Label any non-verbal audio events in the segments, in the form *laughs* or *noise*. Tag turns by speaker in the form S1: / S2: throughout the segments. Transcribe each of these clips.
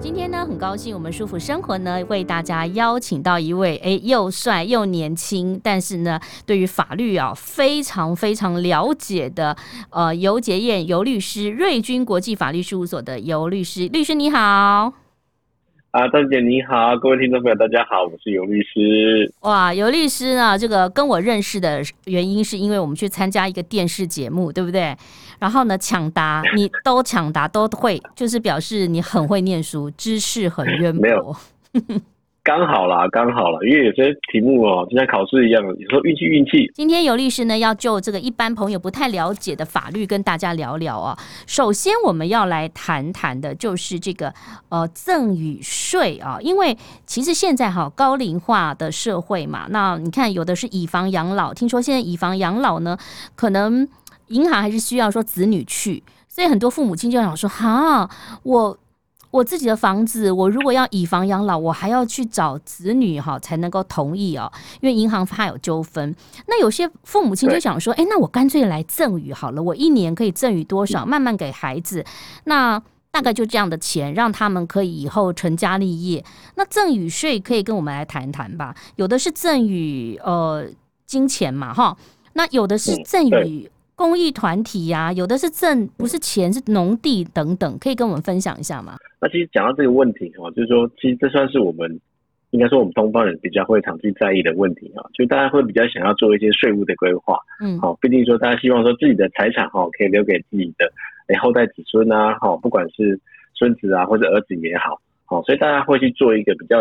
S1: 今天呢，很高兴我们舒服生活呢为大家邀请到一位诶又帅又年轻，但是呢对于法律啊非常非常了解的呃尤杰燕尤律师，瑞军国际法律事务所的尤律师，律师你好。
S2: 啊，邓姐你好，各位听众朋友大家好，我是尤律师。
S1: 哇，尤律师呢，这个跟我认识的原因是因为我们去参加一个电视节目，对不对？然后呢，抢答你都抢答都会，就是表示你很会念书，知识很渊博
S2: 没有。刚好啦，刚好啦，因为有些题目哦，就像考试一样，有时候运气运气。
S1: 今天尤律师呢，要就这个一般朋友不太了解的法律跟大家聊聊啊。首先，我们要来谈谈的就是这个呃赠与税啊，因为其实现在哈高龄化的社会嘛，那你看有的是以房养老，听说现在以房养老呢，可能银行还是需要说子女去，所以很多父母亲就想说，哈，我。我自己的房子，我如果要以房养老，我还要去找子女哈才能够同意哦，因为银行怕有纠纷。那有些父母亲就
S2: 对
S1: 想说，哎，那我干脆来赠与好了，我一年可以赠与多
S2: 嗯
S1: 少，慢慢给孩子。那大概就这样的钱，让他们可以以后成家立业。那赠与税可以跟我们来谈谈吧，有的是赠与呃金钱嘛哈，那有的是
S2: 嗯
S1: 赠与
S2: 对
S1: 公益团体呀、有的是赠不是钱是农地等等，可以跟我们分享一下吗？
S2: 那其实讲到这个问题哦，就是说，其实这算是我们应该说我们东方人比较会常去在意的问题啊，就大家会比较想要做一些税务的规划。
S1: 嗯
S2: 好，毕竟说大家希望说自己的财产哈、哦、可以留给自己的哎后代子孙啊，好、不管是孙子啊或者儿子也好，好、所以大家会去做一个比较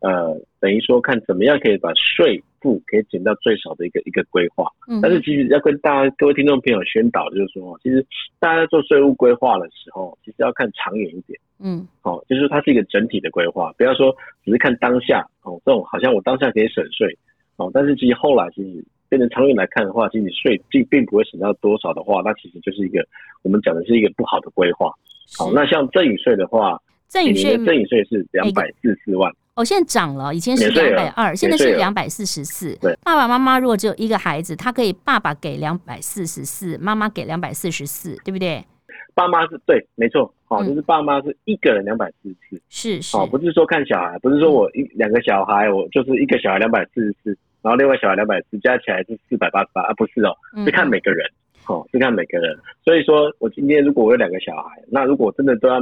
S2: 呃，等于说看怎么样可以把税负可以减到最少的一个一个规划。
S1: 嗯，
S2: 但是其实要跟大家各位听众朋友宣导，就是说，其实大家在做税务规划的时候，其实要看长远一点。
S1: 嗯
S2: 哦，就是它是一个整体的规划，不要说只是看当下哦，这种好像我当下可以省税哦，但是其实后来其实变成长远来看的话，其实你税并并不会省到多少的话，那其实就是一个我们讲的是一个不好的规划。哦
S1: 是
S2: 好、那像赠与税的话，
S1: 赠
S2: 每
S1: 与
S2: 年的赠
S1: 税
S2: 与税是两百四十四万，
S1: 哦，现在涨了，以前是
S2: 免税
S1: 两百
S2: 额
S1: 二，现在是
S2: 免税
S1: 两
S2: 额
S1: 百四十四
S2: 对。
S1: 爸爸妈妈如果只有一个孩子，他可以爸爸给两百四十四，妈妈给两百四十四，对不对？
S2: 爸妈是对，没错，好、
S1: 嗯
S2: 就是爸妈是一个人两百四十四。
S1: 是是
S2: 哦，不是说看小孩，不是说我一两个小孩，我就是一个小孩两百四十四，然后另外小孩两百四，加起来是四百八十八啊，不是哦，
S1: 嗯
S2: 是看每个人，哦，是看每个人。所以说我今天如果我有两个小孩，那如果真的都要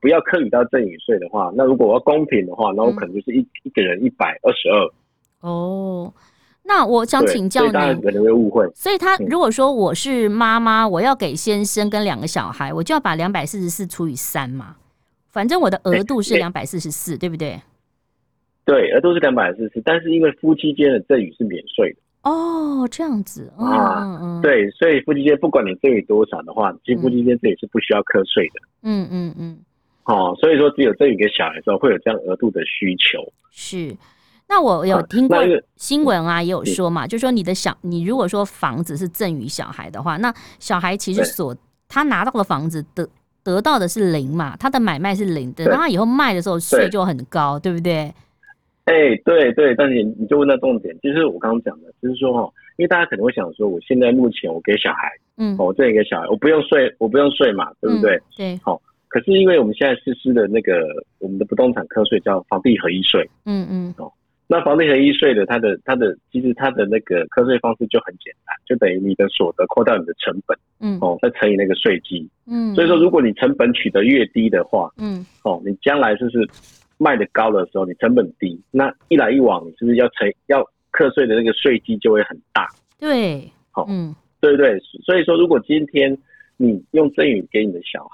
S2: 不要课予到赠与税的话，那如果我要公平的话，那我
S1: 嗯
S2: 可能就是一、一个人一百二十二，
S1: 哦。那我想
S2: 对，
S1: 请
S2: 所
S1: 教
S2: 以大家
S1: 你，
S2: 可能会误会，
S1: 所以他
S2: 嗯
S1: 如果说我是妈妈，我要给先生跟两个小孩，我就要把两百四十四除以三嘛，反正我的额度是
S2: 对
S1: 两百四十四，对不对？
S2: 对，而都是两百四十，但是因为夫妻间的赠与是免税的，
S1: 哦，这样子，嗯
S2: 啊
S1: 嗯嗯，，
S2: 对，所以夫妻间不管你赠与多少的话，其实夫妻间这也是不需要课税的。
S1: 嗯嗯嗯，
S2: 哦，所以说只有这一个小孩的时候会有这样额度的需求。
S1: 是。那我有听过
S2: 啊那因为
S1: 新闻啊，也有
S2: 嗯
S1: 说嘛，就说你的小，你如果说房子是赠与小孩的话，那小孩其实
S2: 对
S1: 所他拿到的房子得得到的是零嘛，他的买卖是零，等到
S2: 对
S1: 他以后卖的时候税
S2: 对
S1: 就很高，对不对？
S2: 哎、对对，但是你就问到重点，就是我刚刚讲的，就是说哦，因为大家可能会想说，我现在目前我给小孩，
S1: 嗯，
S2: 哦，我这一个小孩，我不用税，我不用税嘛，对不对？
S1: 嗯？对，
S2: 可是因为我们现在实施的那个我们的不动产课税叫房地合一税，
S1: 嗯嗯
S2: 那房地合一税的它的它的其实它的那个课税方式就很简单，就等于你的所得扣掉你的成本，
S1: 嗯
S2: 哦，再乘以那个税基。
S1: 嗯，
S2: 所以说，如果你成本取得越低的话，
S1: 嗯
S2: 哦，你将来就是卖的高的时候，你成本低，那一来一往，你是不是要乘要课税的那个税基就会很大，
S1: 对，
S2: 好
S1: 嗯
S2: 对不对？所以说，如果今天你用赠与给你的小孩，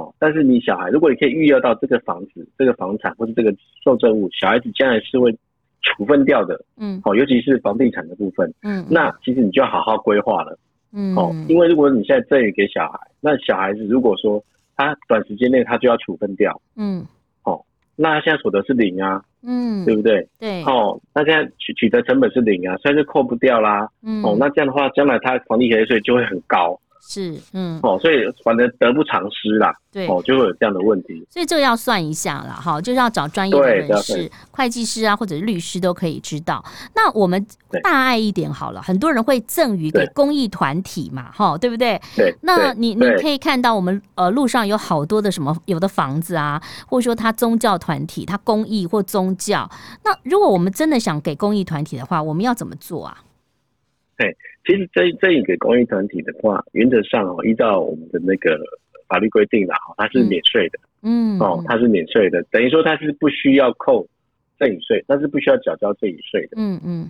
S2: 哦，但是你小孩如果你可以预料到这个房子、这个房产或者这个受赠物，小孩子将来是会处分掉的，
S1: 嗯
S2: 哦，尤其是房地产的部分，
S1: 嗯，
S2: 那其实你就要好好规划了。
S1: 嗯
S2: 哦，因为如果你现在赠与给小孩，那小孩子如果说他短时间内他就要处分掉，
S1: 嗯
S2: 那他现在所得是零啊，
S1: 嗯，
S2: 对不对？
S1: 对，
S2: 哦，那现在取取得成本是零啊，虽然是扣不掉啦，
S1: 嗯，
S2: 哦，那这样的话，将来他房地合一税就会很高
S1: 是，嗯，
S2: 哦，所以反正得不偿失啦，
S1: 对，
S2: 哦，就会有这样的问题。
S1: 所以这个要算一下了哈，就是要找专业的
S2: 对
S1: 人
S2: 对
S1: 士，会计师啊，或者是律师都可以知道。那我们
S2: 对
S1: 大爱一点好了，很多人会赠予给
S2: 对
S1: 公益团体嘛，哈，对不对？
S2: 对，
S1: 那
S2: 对
S1: 你你
S2: 对
S1: 可以看到我们呃路上有好多的什么有的房子啊，或者说它宗教团体，它公益或宗教。那如果我们真的想给公益团体的话，我们要怎么做啊？
S2: 其实这这一个公益团体的话，原则上哦，依照我们的那个法律规定啦，哦，它是免税的、
S1: 嗯，
S2: 哦，它是免税的，等于说它是不需要扣赠与税，它是不需要缴交赠与税的。
S1: 嗯嗯，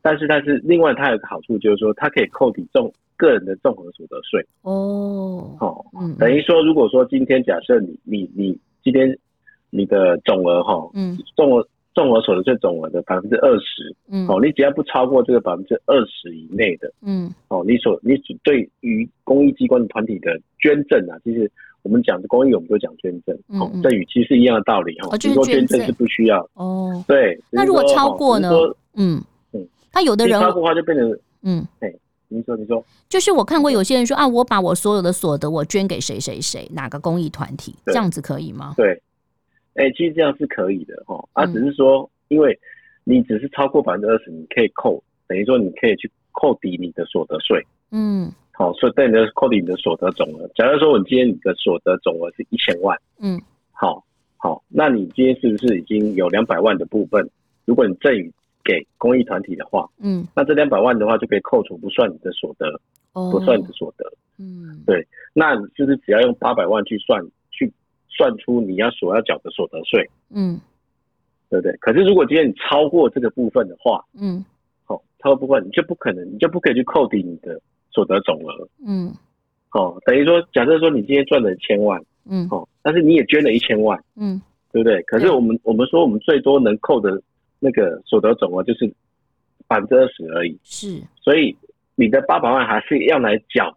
S2: 但是它是另外它有个好处就是说，它可以扣抵综个人的综合所得税
S1: 哦，
S2: 哦。
S1: 嗯，
S2: 等于说，如果说今天假设你你你今天你的总额哈、哦，
S1: 嗯
S2: 综合综合所得税总额的百分之二十
S1: 嗯
S2: 哦，你只要不超过这个百分之二十以内的。
S1: 嗯
S2: 哦，你所你所对于公益机关的团体的捐赠啊，其实我们讲的公益，我们都讲捐赠，
S1: 嗯
S2: 哦
S1: 嗯，
S2: 赠与其实是一样的道理哈。
S1: 哦就是
S2: 只是说
S1: 捐
S2: 捐
S1: 赠
S2: 赠是不需要，
S1: 哦，
S2: 对。
S1: 那
S2: 只是
S1: 如果
S2: 说
S1: 超
S2: 哦
S1: 过
S2: 只是
S1: 呢
S2: 说
S1: 嗯
S2: 嗯，
S1: 他有的
S2: 你
S1: 人
S2: 超过的话就变成，
S1: 嗯。
S2: 你说你说，
S1: 就是我看过有些人说啊，我把我所有的所得我捐给谁谁谁哪个公益团体，这
S2: 对
S1: 样子可以吗？
S2: 对，哎，其实这样是可以的哈，啊，
S1: 嗯
S2: 只是说，因为你只是超过百分之二十，你可以扣，等于说你可以去扣抵你的所得税。
S1: 嗯
S2: 好、所以对你的扣抵你的所得总额。假如说我今天你的所得总额是一千万，
S1: 嗯，
S2: 好，好，那你今天是不是已经有两百万的部分？如果你赠与给公益团体的话，
S1: 嗯，
S2: 那这两百万的话就可以扣除，不算你的所得，
S1: 哦，
S2: 不算你的所得。
S1: 嗯
S2: 那你是不是只要用八百万去算，去算出你要所要缴的所得税，
S1: 嗯
S2: 对不对？可是如果今天你超过这个部分的话，
S1: 嗯
S2: 哦，超过部分你就不可能，你就不可以去扣抵你的所得总额。
S1: 嗯
S2: 哦，等于说，假设说你今天赚了一千万，
S1: 嗯
S2: 哦，但是你也捐了一千万，
S1: 嗯，
S2: 对不对？可是
S1: 对
S2: 我们我们说我们最多能扣的那个所得总额就是百分之二十而已，
S1: 是
S2: 所以你的八百万还是要来缴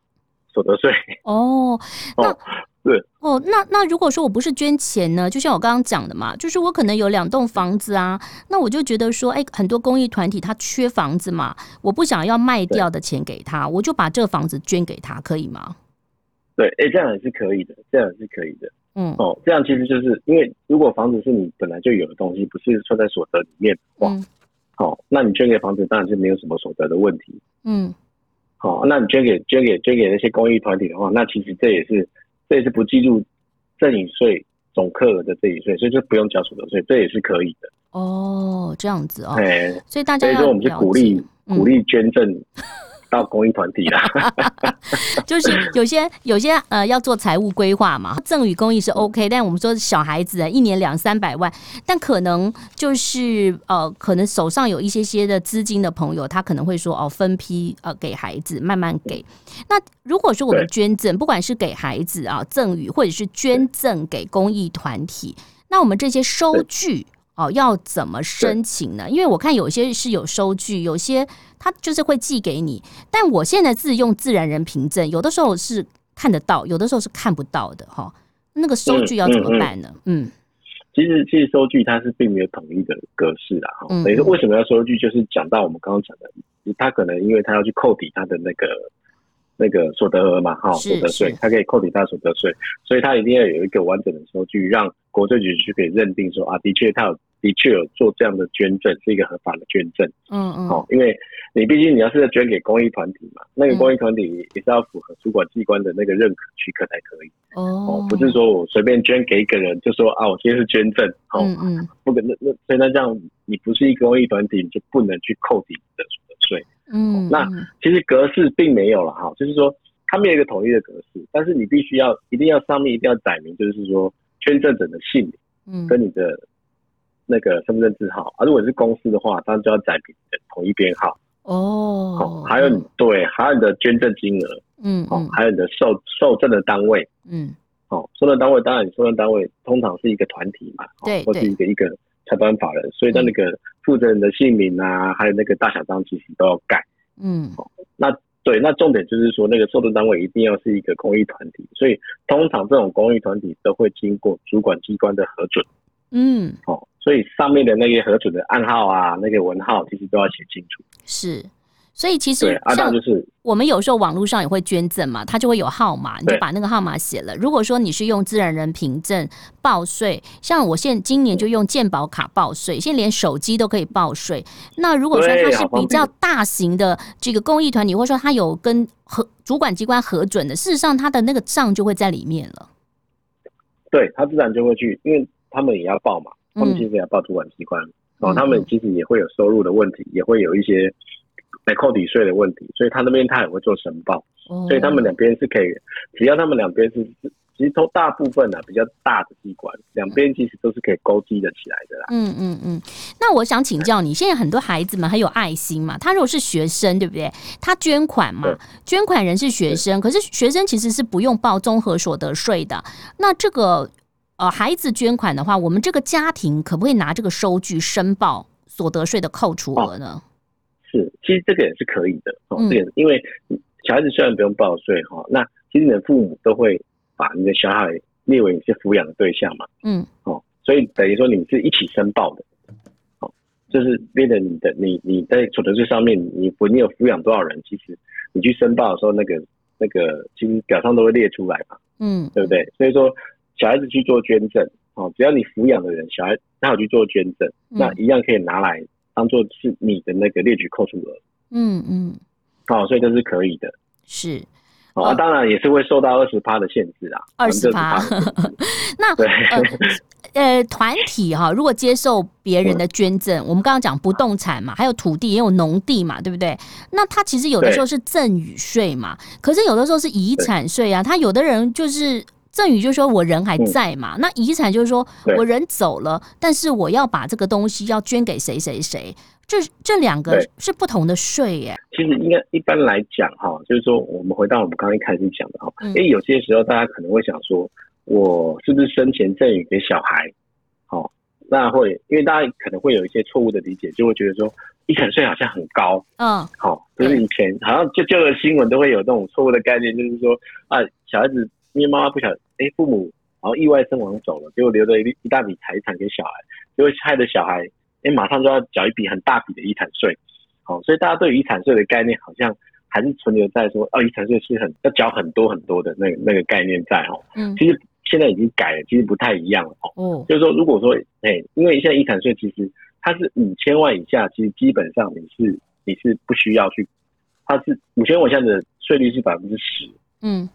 S2: 所得税
S1: 哦那
S2: 哦。对，
S1: 哦，那那如果说我不是捐钱呢，就像我刚刚讲的嘛，就是我可能有两栋房子啊，那我就觉得说，哎，很多公益团体他缺房子嘛，我不想要卖掉的钱给他，我就把这个房子捐给他，可以吗？
S2: 对，哎，这样也是可以的，这样也是可以的
S1: 嗯
S2: 哦。这样其实就是因为如果房子是你本来就有的东西，不是算在所得里面的话，
S1: 嗯
S2: 哦，那你捐给房子当然是没有什么所得的问题。
S1: 嗯
S2: 好、那你捐给捐给捐给那些公益团体的话，那其实这也是这也是不计入赠与税总课额的赠与税，所以就不用缴所得税，这也是可以的。
S1: 哦，这样子哦，
S2: 哎、
S1: 所以大家
S2: 所以
S1: 要
S2: 说我们是
S1: 了
S2: 鼓
S1: 解
S2: 励
S1: 嗯
S2: 鼓励捐赠到公益团体啦。
S1: 就是有些有些呃要做财务规划嘛，赠与公益是 OK，但我们说小孩子啊一年两三百万，但可能就是呃可能手上有一些些的资金的朋友，他可能会说哦分批呃给孩子慢慢给。那如果说我们
S2: 对
S1: 捐赠，不管是给孩子啊赠与，或者是捐赠给公益团体，那我们这些收
S2: 对
S1: 据。哦，要怎么申请呢？因为我看有些是有收据，有些他就是会寄给你，但我现在自用自然人凭证，有的时候是看得到，有的时候是看不到的哈。那个收据要怎么办呢？嗯
S2: 其实其实收据它是并没有统一的格式啦，哈、
S1: 嗯
S2: 等于说为什么要收据，就是讲到我们刚刚讲的，他可能因为他要去扣抵他的那个那个所得额嘛，哈、
S1: 是
S2: 所得税
S1: 是，
S2: 他可以扣抵他的所得税，所以他一定要有一个完整的收据，让国税局去可以认定说啊，的确他有的确有做这样的捐赠，是一个合法的捐赠，
S1: 嗯嗯，
S2: 哦，因为你毕竟你要是捐给公益团体嘛，那个
S1: 嗯
S2: 公益团体也是要符合主管机关的那个认可许可才可以，哦
S1: 哦，，
S2: 不是说我随便捐给一个人就说啊，我今天是捐赠，哦。
S1: 嗯嗯
S2: 不可能，那所以那这样，你不是一个公益团体，你就不能去扣抵你的所得税。
S1: 嗯，
S2: 那
S1: 嗯
S2: 其实格式并没有了哈，就是说它没有一个统一的格式，但是你必须要一定要上面一定要载明，就是说捐赠者的姓名
S1: 嗯
S2: 跟你的那个身份证字号啊，如果你是公司的话，当然就要载明你的统一编号，
S1: 哦
S2: 哦，，还有你对，还有你的捐赠金额，
S1: 嗯
S2: 哦
S1: 嗯，
S2: 还有你的受受赠的单位，
S1: 嗯
S2: 哦，受赠单位当然，受赠单位通常是一个团体嘛，哦
S1: 对
S2: 或是
S1: 对
S2: 一个一个财团法人，所以他
S1: 嗯
S2: 那个负责人的姓名啊，还有那个大小章其实都要改。
S1: 嗯
S2: 哦对，那重点就是说，那个受赠单位一定要是一个公益团体，所以通常这种公益团体都会经过主管机关的核准。
S1: 嗯，
S2: 哦，所以上面的那些核准的暗号啊，那个文号其实都要写清楚。
S1: 是。所以其
S2: 对，
S1: 实
S2: 啊，当
S1: 像
S2: 然就是
S1: 我们有时候网络上也会捐赠嘛，它就会有号码，你就
S2: 对
S1: 把那个号码写了。如果说你是用自然人凭证报税，像我现今年就用健保卡报税，现在连手机都可以报税。那如果说
S2: 对
S1: 它是
S2: 好方
S1: 比
S2: 便
S1: 较大型的这个公益团体，或者说它有跟和主管机关核准的，事实上它的那个账就会在里面了。
S2: 对他自然就会去，因为他们也要报嘛，他
S1: 嗯
S2: 们其实也要报主管机关，哦，他们其实也会有收入的问题，也会有一些哎扣抵税的问题，所以他那边他也会做申报，
S1: 哦
S2: 所以他们两边是可以，只要他们两边是，其实都大部分啊比较大的机关，两边其实都是可以勾稽的起来的啦。
S1: 嗯嗯嗯，那我想请教你，现在很多孩子们很有爱心嘛，他如果是学生，对不对？他捐款嘛
S2: 对，
S1: 捐款人是学生，可是学生其实是不用报综合所得税的。那这个呃，孩子捐款的话，我们这个家庭可不可以拿这个收据申报所得税的扣除额呢？
S2: 哦是，其实这个也是可以的哦，
S1: 嗯
S2: 这个也是因为小孩子虽然不用报税哈、哦，那其实你的父母都会把你的小孩列为你是抚养的对象嘛。
S1: 嗯
S2: 哦，所以等于说你们是一起申报的，哦，就是变得你的你你在所得税上面，你不你有抚养多少人，其实你去申报的时候，那个那个其实表上都会列出来嘛，
S1: 嗯，
S2: 对不对？所以说小孩子去做捐赠，哦，只要你抚养的人，小孩他有去做捐赠，那一样可以拿来当做是你的那个列举扣除额，
S1: 嗯嗯
S2: 哦，所以这是可以的。
S1: 是哦
S2: 哦，啊当然也是会受到二十趴的限制啊，
S1: 20%
S2: 百分之20%的限制
S1: 那
S2: 对，
S1: 呃呃，团体哈、如果接受别人的捐赠，我们刚刚讲不动产嘛，还有土地也有农地嘛，对不对？那它其实有的
S2: 对
S1: 时候是赠与税嘛，可是有的时候是遗产税啊。他有的人就是赠与，就是说我人还在嘛，那遗产就是说
S2: 嗯对
S1: 我人走了，但是我要把这个东西要捐给谁谁谁，这这两个
S2: 对
S1: 是不同的税耶。
S2: 其实应该一般来讲哈，就是说我们回到我们刚刚一开始讲的哈，
S1: 嗯
S2: 因为有些时候大家可能会想说，我是不是生前赠与给小孩？好，那会因为大家可能会有一些错误的理解，就会觉得说遗产税好像很高，
S1: 嗯
S2: 好，就是以前好像就旧的新闻都会有这种错误的概念，就是说啊，小孩子因为妈妈不小，哎、父母然后意外身亡走了，结果留了一一大笔财产给小孩，结果害得小孩哎、诶马上就要缴一笔很大笔的遗产税，好，所以大家对于遗产税的概念好像还是存留在说哦，遗产税是很要缴很多很多的那个那个概念在哦，
S1: 嗯
S2: 其实现在已经改了，其实不太一样了哦。
S1: 哦
S2: 就是说，如果说，哎、因为现在遗产税其实它是五千万以下，其实基本上你是你是不需要去，它是五千万以下的税率是百分之十，
S1: 嗯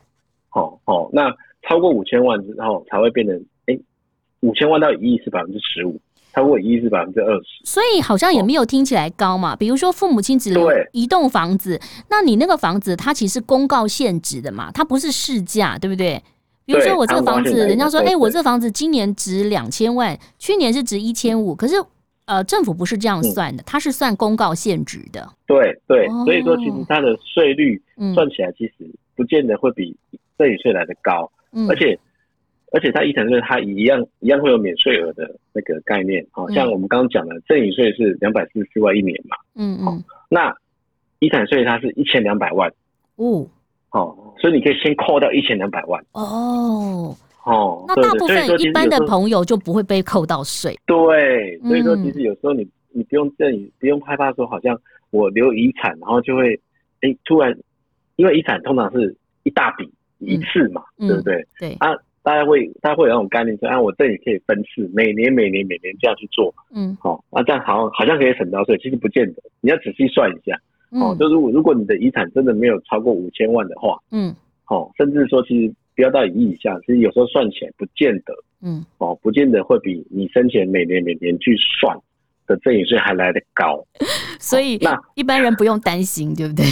S2: 哦哦，那超过五千万之后才会变成，哎、五千万到一亿是百分之十五，超过一亿是百分之二十，
S1: 所以好像也没有听起来高嘛。比如说父母亲只留
S2: 对
S1: 一栋房子，那你那个房子它其实公告限值的嘛，它不是市价，对不对？比如说
S2: 对
S1: 我这个房
S2: 它
S1: 子，
S2: 公告限值
S1: 人家说，
S2: 对
S1: 哎、
S2: 对
S1: 我这个房子今年值两千万，去年是值一千五，可是呃，政府不是这样算的，它是算公告限值的。
S2: 对对
S1: 哦，
S2: 所以说其实它的税率
S1: 嗯
S2: 算起来其实不见得会比赠与税来的高，
S1: 嗯
S2: 而且而且它遗产税它一样一样会有免税额的那个概念，好、
S1: 嗯
S2: 像我们刚刚讲的赠与税是两百四十四万一年嘛，
S1: 嗯嗯，
S2: 那遗产税它是一千两百万，
S1: 哦
S2: 哦，所以你可以先扣掉一千两百万，
S1: 哦，
S2: 哦，
S1: 那
S2: 对
S1: 大
S2: 对
S1: 部
S2: 所以说
S1: 分
S2: 其
S1: 一
S2: 实
S1: 般
S2: 有
S1: 的
S2: 时候
S1: 朋友就不会被扣到税。
S2: 对，所以说
S1: 嗯
S2: 其实有时候你你不用赠与，不用害怕说好像我留遗产，然后就会哎突然，因为遗产通常是一大笔一次嘛，
S1: 嗯
S2: 对不对？
S1: 对，
S2: 啊，大家会大家会有那种概念说，啊，我这里可以分次，每年每年每年这样去做，
S1: 嗯
S2: 哦，那、这样好像好像可以省到税，其实不见得，你要仔细算一下，哦，
S1: 嗯
S2: 就如果如果你的遗产真的没有超过五千万的话，
S1: 嗯
S2: 哦，甚至说其实不要到一亿以下，其实有时候算起来不见得，
S1: 嗯
S2: 哦，不见得会比你生前每年每年去算的赠与税还来得
S1: *laughs*
S2: 高，
S1: 所以
S2: 那
S1: 一般人不用担心，对不
S2: *laughs*
S1: 对？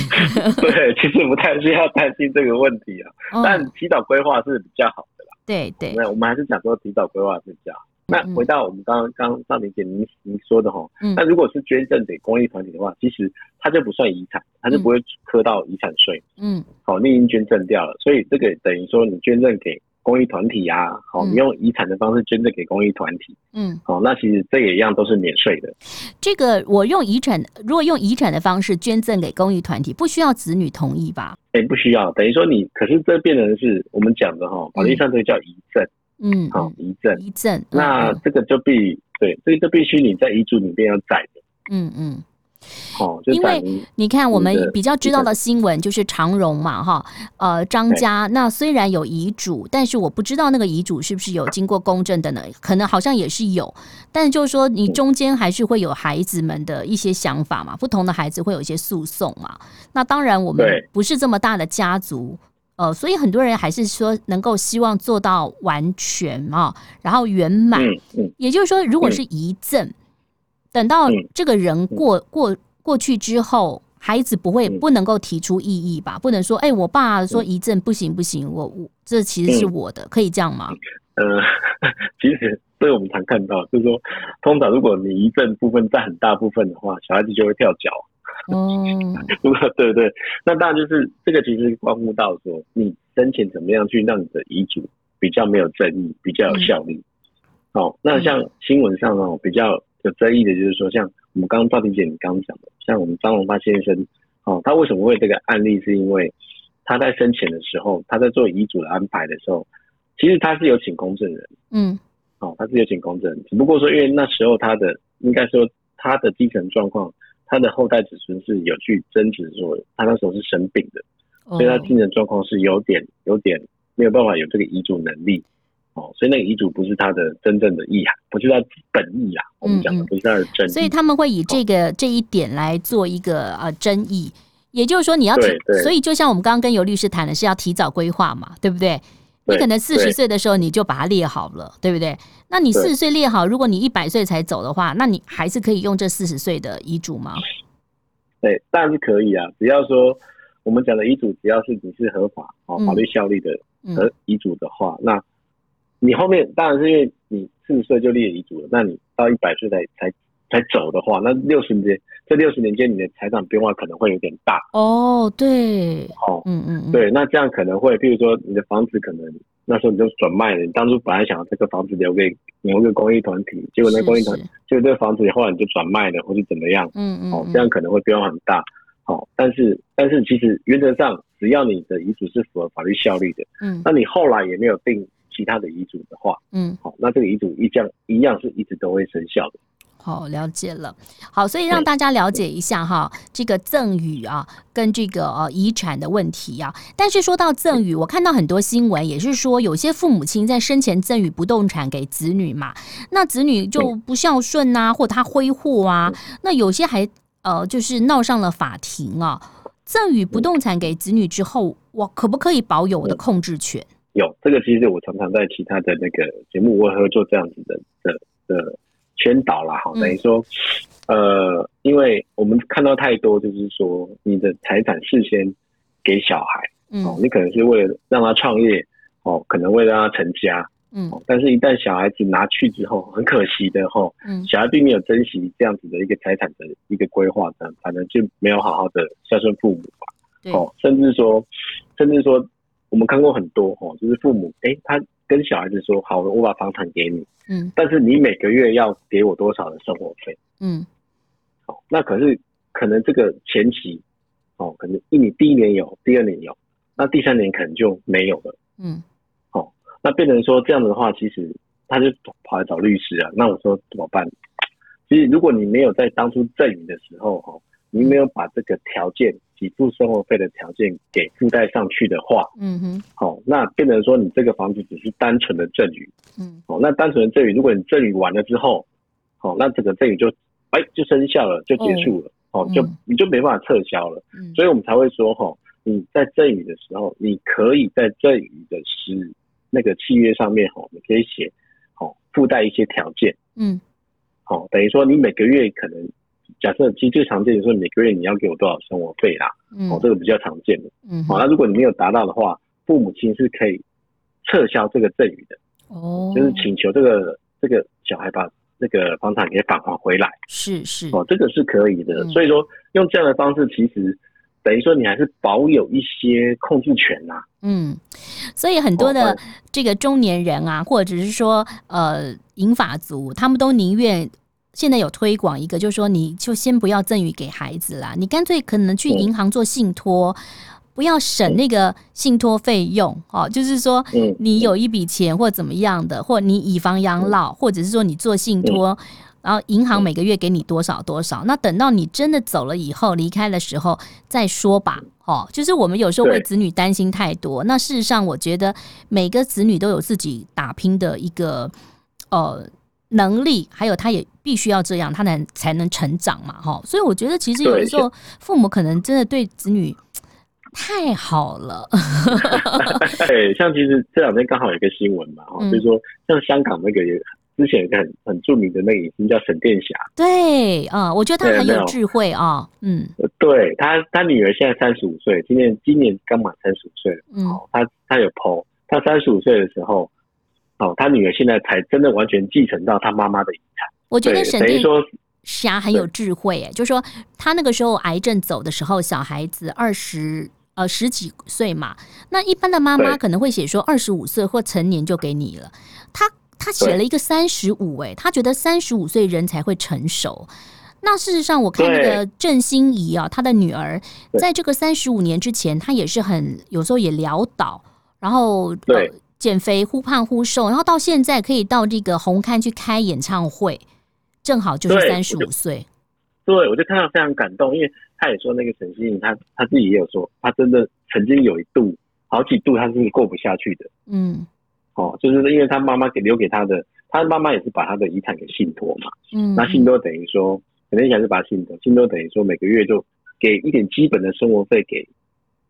S2: 对，其实不太需要担心这个问题啊，但
S1: 嗯
S2: 提早规划是比较好的啦。
S1: 对对，
S2: 那我们还是讲说提早规划是这样。那
S1: 嗯
S2: 回到我们刚刚刚上林姐您您说的哈，
S1: 嗯
S2: 那如果是捐赠给公益团体的话，其实它就不算遗产，它就不会磕到遗产税。
S1: 嗯
S2: 好、你已经捐赠掉了，所以这个等于说你捐赠给公益团体啊，好、
S1: 嗯
S2: 你用遗产的方式捐赠给公益团体，
S1: 嗯。
S2: 好、那其实这也一样都是免税的。
S1: 这个我用遗产，如果用遗产的方式捐赠给公益团体，不需要子女同意吧？
S2: 哎、不需要，等于说你，可是这变成是我们讲的哈，法律上这个叫遗赠，
S1: 嗯，
S2: 好、
S1: 嗯
S2: 遗赠。
S1: 遗赠，
S2: 那这个就必对，这个就必须你在遗嘱里面要载明，
S1: 嗯嗯嗯，
S2: 哦，就
S1: 因为
S2: 载明
S1: 你看我们
S2: 你的
S1: 比较知道的新闻就是长荣嘛，哈，呃，张家那虽然有遗嘱，但是我不知道那个遗嘱是不是有经过公证的呢？可能好像也是有，但就是说你中间还是会有孩子们的一些想法嘛，不同的孩子会有一些诉讼嘛。那当然我们
S2: 对
S1: 不是这么大的家族。呃，所以很多人还是说能够希望做到完全啊，然后圆满。
S2: 嗯嗯，
S1: 也就是说，如果是遗赠，等到
S2: 嗯
S1: 这个人过、过过去之后，孩子不会、
S2: 嗯
S1: 不能够提出异议吧？不能说，哎、我爸说遗赠不行不行，我我这其实是
S2: 嗯
S1: 我的，可以这样吗？
S2: 呃， *laughs* 其实所以我们常看到，就是说，通常如果你遗赠部分占很大部分的话，小孩子就会跳脚。 *laughs*
S1: 哦，
S2: 如果对对，那当然就是这个，其实关乎到说你申请怎么样去让你的遗嘱比较没有争议，比较有效力。哦，那像新闻上哦比较有争议的，就是说像我们刚刚赵婷姐你刚刚讲的，像我们张荣发先生哦，他为什么会有这个案例，是因为他在生前的时候，他在做遗嘱的安排的时候，其实他是有请公证人。
S1: 嗯
S2: 哦，他是有请公证，只不过说因为那时候他的应该说他的基层状况，他的后代子孙是有去争执说他那时候是生病的，
S1: 哦
S2: 所以他精神状况是有点有点没有办法有这个遗嘱能力。哦，所以那个遗嘱不是他的真正的意涵，不是他本意啊。我们讲的
S1: 嗯嗯
S2: 不是他的真意。
S1: 所以他们会以这
S2: 哦
S1: 个这一点来做一个呃争议。也就是说，你要提
S2: 对，对
S1: 所以就像我们刚刚跟尤律师谈的是要提早规划嘛，对不对？你
S2: 对
S1: 可能四十
S2: 对
S1: 岁的时候你就把它列好了，对不对？那你
S2: 对
S1: 四十岁列好，如果你一百岁才走的话，那你还是可以用这四十岁的遗嘱吗？
S2: 对，当然是可以啊，只要说我们讲的遗嘱，只要是你是合法哦
S1: 嗯
S2: 法律效力的
S1: 嗯
S2: 和遗嘱的话，那你后面当然是因为你四十岁就立了遗嘱了，那你到一百岁才才才走的话，那六十年这六十年间你的财产变化可能会有点大
S1: 哦，对，
S2: 哦。
S1: 嗯嗯嗯，
S2: 对，那这样可能会，譬如说你的房子可能那时候你就转卖了，你当初本来想要这个房子留给留给公益团体，结果那
S1: 是
S2: 公益团
S1: 是
S2: 结果这个房子后来你就转卖了，或是怎么样，
S1: 嗯嗯，
S2: 哦
S1: 嗯，
S2: 这样可能会变化很大。哦，但是但是其实原则上，只要你的遗嘱是符合法律效力的，
S1: 嗯
S2: 那你后来也没有定其他的遗嘱的话，
S1: 嗯，
S2: 好、那这个遗嘱一样一样是一直都会生效的。
S1: 好，哦了解了。好，所以让大家了解一下哈，这个赠与啊，跟这个呃遗产的问题啊。但是说到赠与，我看到很多新闻也是说，有些父母亲在生前赠与不动产给子女嘛，那子女就不孝顺呐、或他挥霍啊，那有些还呃就是闹上了法庭啊。赠与不动产给子女之后，我可不可以保有我的控制权？
S2: 有这个，其实我常常在其他的那个节目，我也会做这样子的的的宣导啦。好，
S1: 嗯
S2: 等于说，呃，因为我们看到太多，就是说你的财产事先给小孩哦，
S1: 嗯
S2: 你可能是为了让他创业哦，可能为了让他成家
S1: 嗯
S2: 哦，但是一旦小孩子拿去之后，很可惜的吼、
S1: 嗯
S2: 小孩并没有珍惜这样子的一个财产的一个规划，呢，反正就没有好好的孝顺父母吧。
S1: 对
S2: 哦，甚至说，甚至说，我们看过很多哦，就是父母，诶，他跟小孩子说，好，我把房产给你，
S1: 嗯
S2: 但是你每个月要给我多少的生活费？
S1: 嗯
S2: 哦，那可是可能这个前期，哦，可能一年第一年有，第二年有，那第三年可能就没有了。
S1: 嗯
S2: 那变成说这样的话，其实他就跑来找律师啊。那我说怎么办？其实如果你没有在当初赠与的时候哈，你没有把这个条件给付生活费的条件给附带上去的话，
S1: 嗯哼
S2: 哦，那变成说你这个房子只是单纯的赠与
S1: 嗯
S2: 哦。那单纯的赠与，如果你赠与完了之后，哦，那整个赠与就哎就生效了，就结束了，哦，就
S1: 嗯
S2: 你就没办法撤销了。
S1: 嗯，
S2: 所以我们才会说哈，你在赠与的时候，你可以在赠与的时那个契约上面哈，你可以写哦附带一些条件
S1: 嗯
S2: 哦，等于说你每个月可能假设其实最常见的说每个月你要给我多少生活费啦，
S1: 嗯
S2: 哦这个比较常见的
S1: 嗯
S2: 哦，
S1: 哼
S2: 那如果你没有达到的话，父母亲是可以撤销这个赠与的，
S1: 哦，
S2: 就是请求这个这个小孩把那个房产给返还回来。
S1: 是是
S2: 哦，这个是可以的。
S1: 嗯
S2: 所以说，用这样的方式，其实等于说你还是保有一些控制权呐、
S1: 嗯，所以很多
S2: 哦
S1: 的
S2: 哎
S1: 这个中年人啊，或者是说呃银发族，他们都宁愿。现在有推广一个，就是说你就先不要赠与给孩子啦，你干脆可能去
S2: 嗯
S1: 银行做信托，不要省那个信托费用哦，就是说
S2: 嗯
S1: 你有一笔钱或怎么样的，或你以房养
S2: 嗯
S1: 老，或者是说你做信托，然后银行每个月给你多少多少，那等到你真的走了以后离开的时候再说吧。哦，就是我们有时候为
S2: 对
S1: 子女担心太多，那事实上我觉得每个子女都有自己打拼的一个呃能力，还有他也必须要这样，他能才能成长嘛，哈。所以我觉得其实有的时候父母可能真的对子女太好了， *laughs*
S2: 对，哎像其实这两天刚好有一个新闻嘛，哦，
S1: 嗯
S2: 就是说像香港那个也之前有一个很很著名的那个影星叫沈殿霞，
S1: 对啊、我觉得他
S2: 对
S1: 很
S2: 没
S1: 有
S2: 有
S1: 智慧啊、嗯
S2: 呃对她她女儿现在三十五岁，今年今年刚满三十五岁了，
S1: 嗯
S2: 哦，她她有 PO，她三十五岁的时候，哦，她女儿现在才真的完全继承到她妈妈的遗产，
S1: 我觉得
S2: 对，
S1: 沈
S2: 等于
S1: 殿
S2: 说
S1: 霞很有智慧，哎，就说他那个时候癌症走的时候，小孩子二十呃十几岁嘛，那一般的妈妈
S2: 对
S1: 可能会写说二十五岁或成年就给你了，他他写
S2: 对
S1: 了一个三十五，哎，他觉得三十五岁人才会成熟。那事实上，我看那
S2: 对
S1: 个郑欣宜啊，她的女儿
S2: 对
S1: 在这个三十五年之前，她也是很有时候也潦倒，然后呃
S2: 对
S1: 减肥忽胖忽瘦，然后到现在可以到这个红磡去开演唱会，正好就是
S2: 对
S1: 三十
S2: 我就
S1: 五岁。
S2: 对，我就看到非常感动，因为她也说那个沈星怡，她她自己也有说，她真的曾经有一度好几度她是过不下去的，
S1: 嗯
S2: 哦，就是因为她妈妈给留给她的，她妈妈也是把她的遗产给信托嘛，
S1: 嗯，
S2: 那信托等于说，肯定想是把它信托，信托等于说每个月就给一点基本的生活费给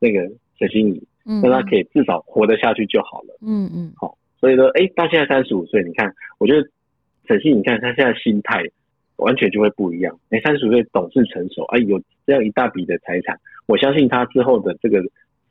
S2: 那个沈星怡，
S1: 嗯
S2: 让她可以至少活得下去就好了。
S1: 嗯嗯
S2: 所以说，哎、到现在三十五岁，你看，我觉得沈星怡，你看她现在心态完全就会不一样。哎、三十五岁懂事成熟，哎、有这样一大笔的财产，我相信她之后的这个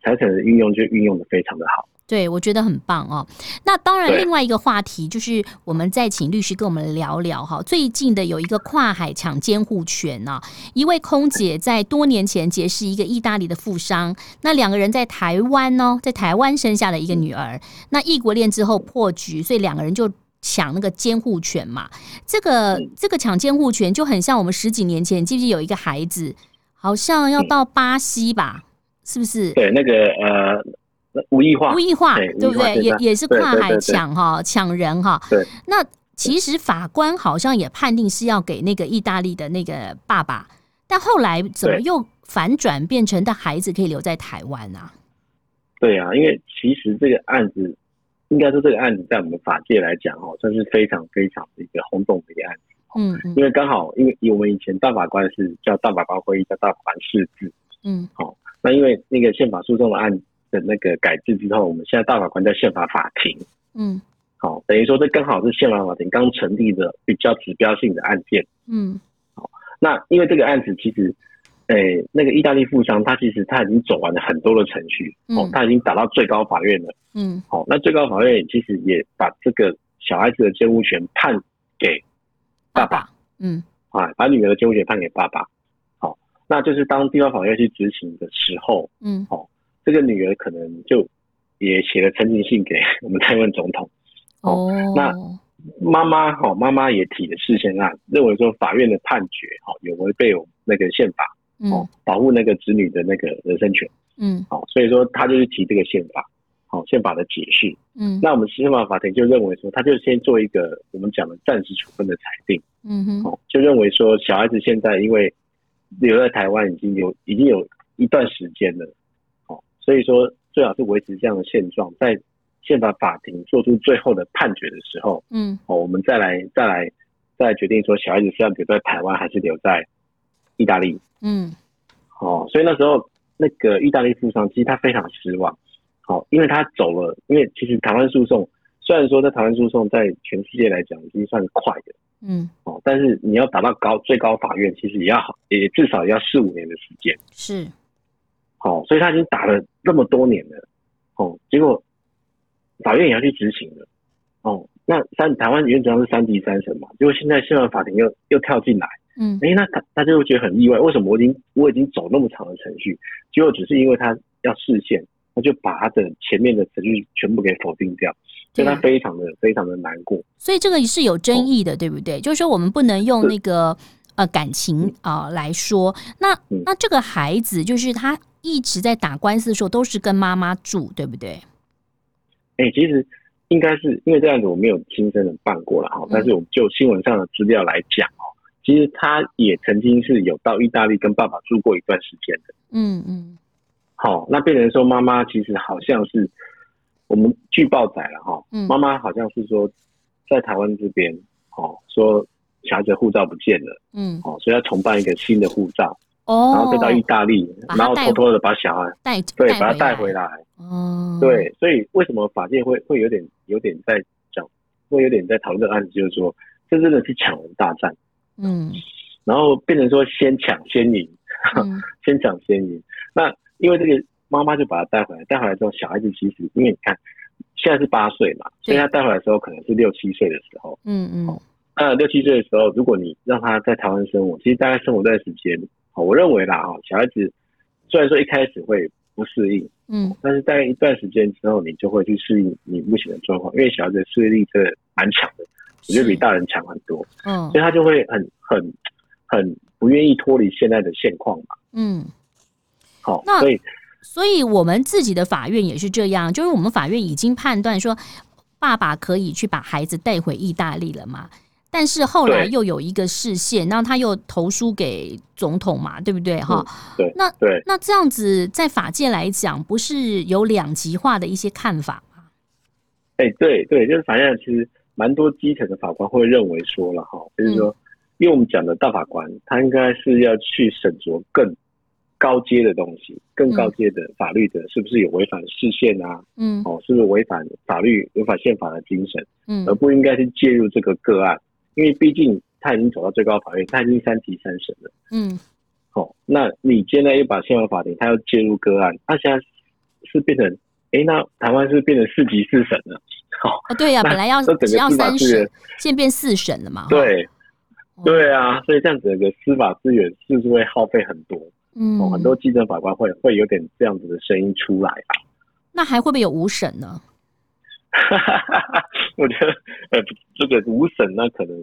S2: 财产的运用就运用的非常的好。
S1: 对，我觉得很棒哦。那当然，
S2: 对
S1: 另外一个话题就是，我们再请律师跟我们聊聊哈。最近的有一个跨海抢监护权啊，一位空姐在多年前结识一个意大利的富商，那两个人在台湾哦，在台湾生下了一个女儿。那异国恋之后破局，所以两个人就。抢那个监护权嘛，这个
S2: 嗯
S1: 这个抢监护权就很像我们十几年前，记不记得有一个孩子，好像要
S2: 嗯
S1: 到巴西吧，是不是？
S2: 对，那个呃，那吴亦化
S1: 无，异化，
S2: 对
S1: 对不
S2: 无异化
S1: 对？
S2: 对
S1: 也
S2: 吧
S1: 也是
S2: 对
S1: 跨
S2: 对
S1: 海
S2: 对对
S1: 抢哈，抢人哈。
S2: 对。
S1: 那其实法官好像也判定是要给那个意大利的那个爸爸，但后来怎么
S2: 对
S1: 又反转变成他孩子可以留在台湾啊？
S2: 对啊，因为其实这个案子，应该说这个案子在我们法界来讲哦，算是非常非常的一个轰动的一个案子。
S1: 嗯嗯
S2: 因为刚好，因为我们以前大法官是叫大法官会议，叫大法官释字。
S1: 嗯
S2: 那因为那个宪法诉讼的案的那个改制之后，我们现在大法官叫宪法法庭。
S1: 嗯
S2: 好、等于说这刚好是宪法法庭刚成立的比较指标性的案件。
S1: 嗯
S2: 那因为这个案子其实，诶、那个意大利富商他其实他已经走完了很多的程序，哦
S1: 嗯，
S2: 他已经打到最高法院了。
S1: 嗯
S2: 好、那最高法院其实也把这个小孩子的监护权判给爸爸，
S1: 嗯
S2: 啊，把女儿的监护权判给爸爸。好、那就是当地方法院去执行的时候，
S1: 嗯
S2: 这个女儿可能就也写了陈情信给我们台湾总统，
S1: 哦
S2: 那妈妈哈、哦妈妈也提了事先案，认为说法院的判决哈、哦有违背我们那个宪法哦
S1: 嗯，
S2: 保护那个子女的那个人身权
S1: 嗯
S2: 哦，所以说他就是提这个宪法。好，宪法的解释，
S1: 嗯
S2: 那我们宪法法庭就认为说，他就先做一个我们讲的暂时处分的裁定，
S1: 嗯哼
S2: 哦，就认为说小孩子现在因为留在台湾已经有已经有一段时间了，哦，所以说最好是维持这样的现状，在宪法法庭做出最后的判决的时候，
S1: 嗯
S2: 哦，我们再来再来再来决定说小孩子是要留在台湾还是留在意大利，
S1: 嗯
S2: 哦，所以那时候那个意大利富商其实他非常失望，哦，因为他走了，因为其实台湾诉讼虽然说在台湾诉讼在全世界来讲已经算快的
S1: 嗯，
S2: 哦，但是你要达到高最高法院，其实也要好，也至少要四五年的时间，
S1: 是
S2: 哦，所以他已经打了那么多年了，哦，结果法院也要去执行了，哦，那三台湾原则上是三级三审嘛，结果现在宪法法庭又又跳进来。
S1: 嗯
S2: 哎，那他他就会觉得很意外，为什么我已经我已经走那么长的程序，结果只是因为他要视线，他就把他的前面的程序全部给否定掉，所以他
S1: 对
S2: 非常的非常的难过。
S1: 所以这个是有
S2: 哦
S1: 争议的，对不对？就是说我们不能用
S2: 是
S1: 那个呃感情啊、呃来说，那
S2: 嗯
S1: 那这个孩子就是他一直在打官司的时候都是跟妈妈住，对不对？
S2: 哎、其实应该是因为这样子，我没有亲身的办过了
S1: 嗯
S2: 哈，但是我们就新闻上的资料来讲哦，其实他也曾经是有到意大利跟爸爸住过一段时间的。
S1: 嗯嗯
S2: 好、那变成说妈妈其实好像是我们据报载了哈，
S1: 嗯，
S2: 妈妈好像是说在台湾这边哦，说小孩子的护照不见了
S1: 嗯
S2: 哦，所以要重办一个新的护照，
S1: 哦，
S2: 然后再到意大利，
S1: 把他
S2: 然后
S1: 带
S2: 偷偷的把小孩
S1: 带
S2: 对把他带
S1: 回
S2: 回
S1: 来，
S2: 来。
S1: 哦，
S2: 对，所以为什么法界会会有点有点在讲，会有点在讨论的案子，就是说这真的是抢人大战，
S1: 嗯，
S2: 然后变成说先抢先赢，
S1: 嗯
S2: 先抢先赢。那因为这个妈妈就把他带回来，带回来之后，小孩子其实因为你看现在是八岁嘛，所
S1: 对
S2: 以他带回来的时候可能是六七岁的时候。
S1: 嗯嗯
S2: 那六七岁的时候，如果你让他在台湾生活，其实大概生活一段时间，好我认为啦，哈，小孩子虽然说一开始会不适应，
S1: 嗯
S2: 但是大概一段时间之后，你就会去适应你目前的状况，因为小孩子的适应力真的蛮强的，我觉得比
S1: 是
S2: 大人强很多，
S1: 嗯
S2: 所以他就会很很很不愿意脱离现在的现况嘛。
S1: 嗯。
S2: 好、
S1: 那
S2: 所以
S1: 所以我们自己的法院也是这样，就是我们法院已经判断说，爸爸可以去把孩子带回意大利了嘛。但是后来
S2: 对
S1: 又有一个视线，然后他又投书给总统嘛，对不对？哈、
S2: 对
S1: 那
S2: 对，
S1: 那这样子在法界来讲，不是有两极化的一些看法吗？
S2: 哎、对对，就是法院其实蛮多基层的法官会认为说了哈，就是
S1: 嗯
S2: 说，因为我们讲的大法官，他应该是要去审酌更高阶的东西，更高阶的法律的，是不是有违反视线啊？
S1: 嗯
S2: 哦，是不是违反法律、违反宪法的精神？
S1: 嗯
S2: 而不应该去介入这个个案，因为毕竟他已经走到最高法院，他已经三级三审了。
S1: 嗯
S2: 哦，那你现在又把宪法法庭，他要介入个案，他现在是变成，诶，那台湾是不是变成四级四审了。好、
S1: 啊，对呀、
S2: 那
S1: 本来要
S2: 这整
S1: 只要
S2: 个司法
S1: 三
S2: 资
S1: 审
S2: 源，，
S1: 现在变四审了嘛？哈，
S2: 对
S1: 哦
S2: 对啊，所以这样整个司法资源是不是会耗费很多？
S1: 嗯、
S2: 哦，很多基层法官会会有点这样子的声音出来啊。 *laughs*
S1: 那还会不会有五审呢？
S2: 我觉得，呃，这个无审那可能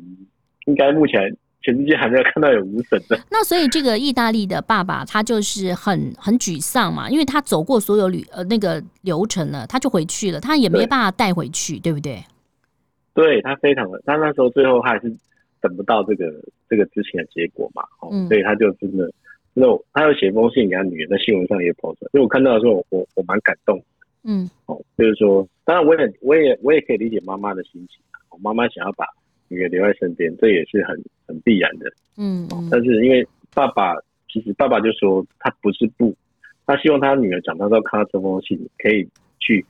S2: 应该目前全世界还没有看到有无审的。
S1: 那所以这个意大利的爸爸他就是很很沮丧嘛，因为他走过所有旅呃那个流程了，他就回去了，他也没
S2: 对
S1: 办法带回去，对不对？
S2: 对他非常的，他那时候最后他还是等不到这个这个之前的结果嘛，哦，
S1: 嗯
S2: 所以他就真的，真的，他又写封信给他女儿，在新闻上也抛出来，所以我看到的时候，我我蛮感动的
S1: 嗯
S2: 哦，就是说，当然我也我也我也可以理解妈妈的心情，我妈妈想要把女儿留在身边，这也是很很必然的，
S1: 嗯嗯
S2: 但是因为爸爸其实爸爸就说他不是不，他希望他女儿长大之后看到这封信，可以去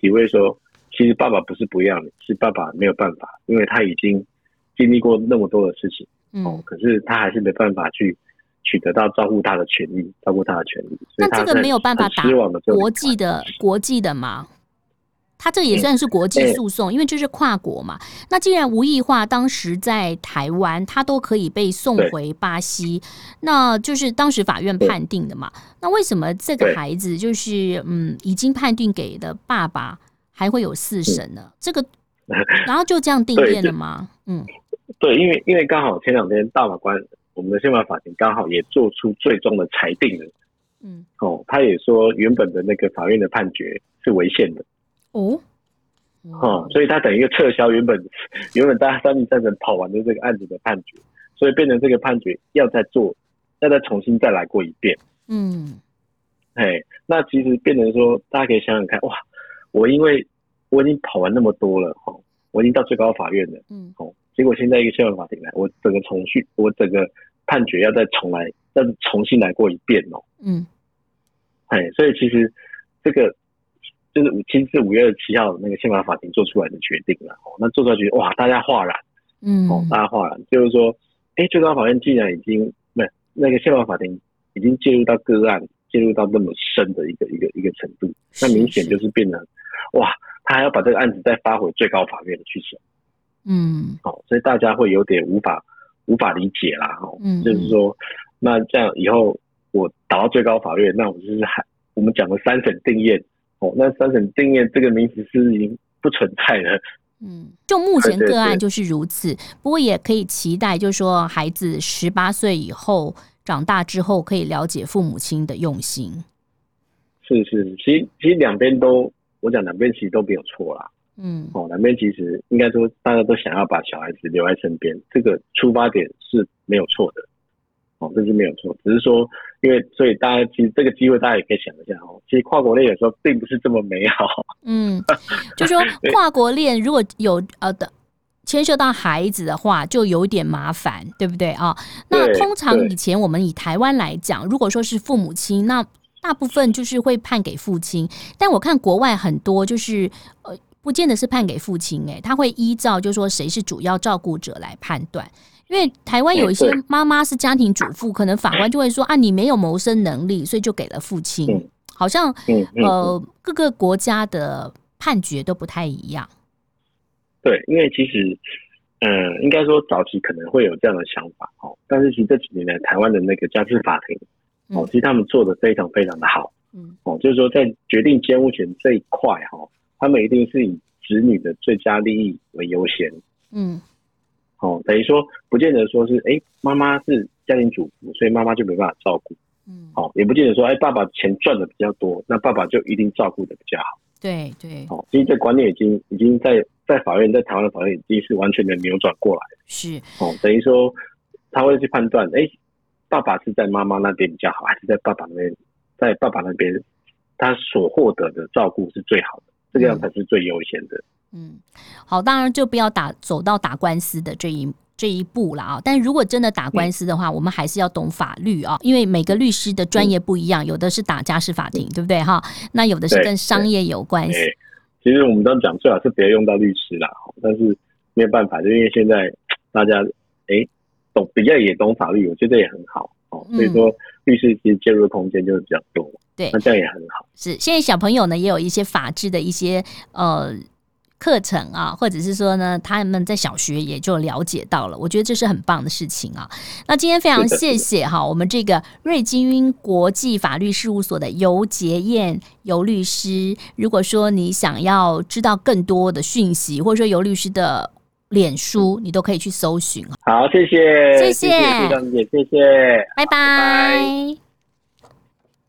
S2: 体会说，其实爸爸不是不要你，是爸爸没有办法，因为他已经经历过那么多的事情哦
S1: 嗯，。
S2: 可是他还是没办法去取得到照顾他的权利，照顾他的权利。所
S1: 那
S2: 以
S1: 这
S2: 他
S1: 个
S2: 在
S1: 没有办法
S2: 很
S1: 打
S2: 失望的时候
S1: 国际的国际的嘛，他这个也算是国际
S2: 嗯
S1: 诉讼，因为这是跨国嘛。那既然无异化当时在台湾，他都可以被送
S2: 对
S1: 回巴西，那就是当时法院
S2: 对
S1: 判定的嘛。那为什么这个
S2: 对
S1: 孩子就是嗯，已经判定给的爸爸还会有四审呢？这
S2: *laughs*
S1: 个，然后就这样定
S2: 嗯对
S1: 谳了
S2: 这
S1: 吗？嗯
S2: 对，因为因为刚好前两天大法官，我们的宪法法庭刚好也做出最终的裁定了
S1: 嗯，
S2: 哦，他也说原本的那个法院的判决是违宪的。
S1: 哦，
S2: 哦，所以他等于又撤销原本 *laughs* 原本大家三零三审跑完的这个案子的判决，所以变成这个判决要再做，要再重新再来过一遍。
S1: 嗯
S2: 嘿，那其实变成说，大家可以想想看，哇，我因为我已经跑完那么多了，哦，我已经到最高法院了，
S1: 嗯
S2: 哦，结果现在一个宪法法庭来，我整个程序，我整个判决要再重来，再重新来过一遍哦。
S1: 嗯
S2: 哎，所以其实这个就是五，其实是五月二十七号那个宪法法庭做出来的决定了。哦，那做出来决定，哇，大家哗然
S1: 嗯
S2: 哦，大家哗然，就是说，哎，最高法院既然已经没有那个宪法法庭已经介入到个案，介入到那么深的一个一个一个程度，那
S1: 是
S2: 明显
S1: 是
S2: 就是变成，哇，他还要把这个案子再发回最高法院去审。
S1: 嗯。
S2: 哦，所以大家会有点无法无法理解啦，哦，
S1: 嗯
S2: 就是说，那这样以后我打到最高法院，那我就是还我们讲的三审定谳，哦，那三审定谳这个名词是已经不存在了，
S1: 嗯，就目前
S2: 对对
S1: 个案
S2: 对
S1: 就是如此，不过也可以期待，就是说孩子十八岁以后长大之后，可以了解父母亲的用心。
S2: 是是，是其实其实两边都，我讲两边其实都没有错啦。
S1: 嗯
S2: 哦，两边其实应该说大家都想要把小孩子留在身边，这个出发点是没有错的。哦，这是没有错，只是说，因为所以大家其实这个机会大家也可以想一下哦，其实跨国恋有时候并不是这么美好。
S1: 嗯，就说跨国恋如果有呃的牵涉到孩子的话，就有点麻烦，对不对啊？那
S2: 对
S1: 通常
S2: 对
S1: 以前我们以台湾来讲，如果说是父母亲，那大部分就是会判给父亲，但我看国外很多就是呃。不见得是判给父亲、诶，他会依照就说谁是主要照顾者来判断，因为台湾有一些
S2: 对
S1: 妈妈是家庭主妇，可能法官就会说啊，你没有谋生能力，所以就给了父亲
S2: 嗯，
S1: 好像
S2: 嗯嗯，
S1: 呃，各个国家的判决都不太一样。
S2: 对，因为其实，呃，应该说早期可能会有这样的想法哦，但是其实这几年来，台湾的那个家事法庭哦
S1: 嗯，
S2: 其实他们做的非常非常的好
S1: 嗯
S2: 哦，就是说在决定监护权这一块哈、哦，他们一定是以子女的最佳利益为优先
S1: 嗯
S2: 哦，等于说不见得说是哎妈妈是家庭主妇，所以妈妈就没办法照顾
S1: 嗯，
S2: 哦，也不见得说哎爸爸钱赚的比较多，那爸爸就一定照顾的比较好
S1: 对对
S2: 哦，其实这观念已经已经在在法院在台湾的法院已经是完全的扭转过来。
S1: 是，
S2: 哦，等于说他会去判断，哎、爸爸是在妈妈那边比较好，还是在爸爸那边，在爸爸那边他所获得的照顾是最好的，这个样才是最优先的。
S1: 嗯，好，当然就不要打走到打官司的这一。这一步了啊，但如果真的打官司的话，我们还是要懂法律啊，因为每个律师的专业不一样，有的是打家事法庭，对不对哈？那有的是
S2: 对
S1: 跟商业有关
S2: 哎、
S1: 系，
S2: 其实我们都讲最好是别用到律师啦，哦但是没有办法，就因为现在大家哎、懂比较也懂法律，我觉得也很好哦，所以说律师其实介入的空间就是比较多，
S1: 对
S2: 那这样也很好。
S1: 是现在小朋友呢也有一些法治的一些呃课程啊，或者是说呢，他们在小学也就了解到了，我觉得这是很棒的事情啊。那今天非常
S2: 是的是
S1: 谢
S2: 的
S1: 谢哈，我们这个瑞金英国际法律事务所的尤杰燕尤律师。如果说你想要知道更多的讯息，或者说尤律师的脸书，你都可以去搜寻。啊
S2: 好，谢谢，
S1: 谢谢
S2: 谢谢，谢谢，谢谢。
S1: 拜拜。
S2: 拜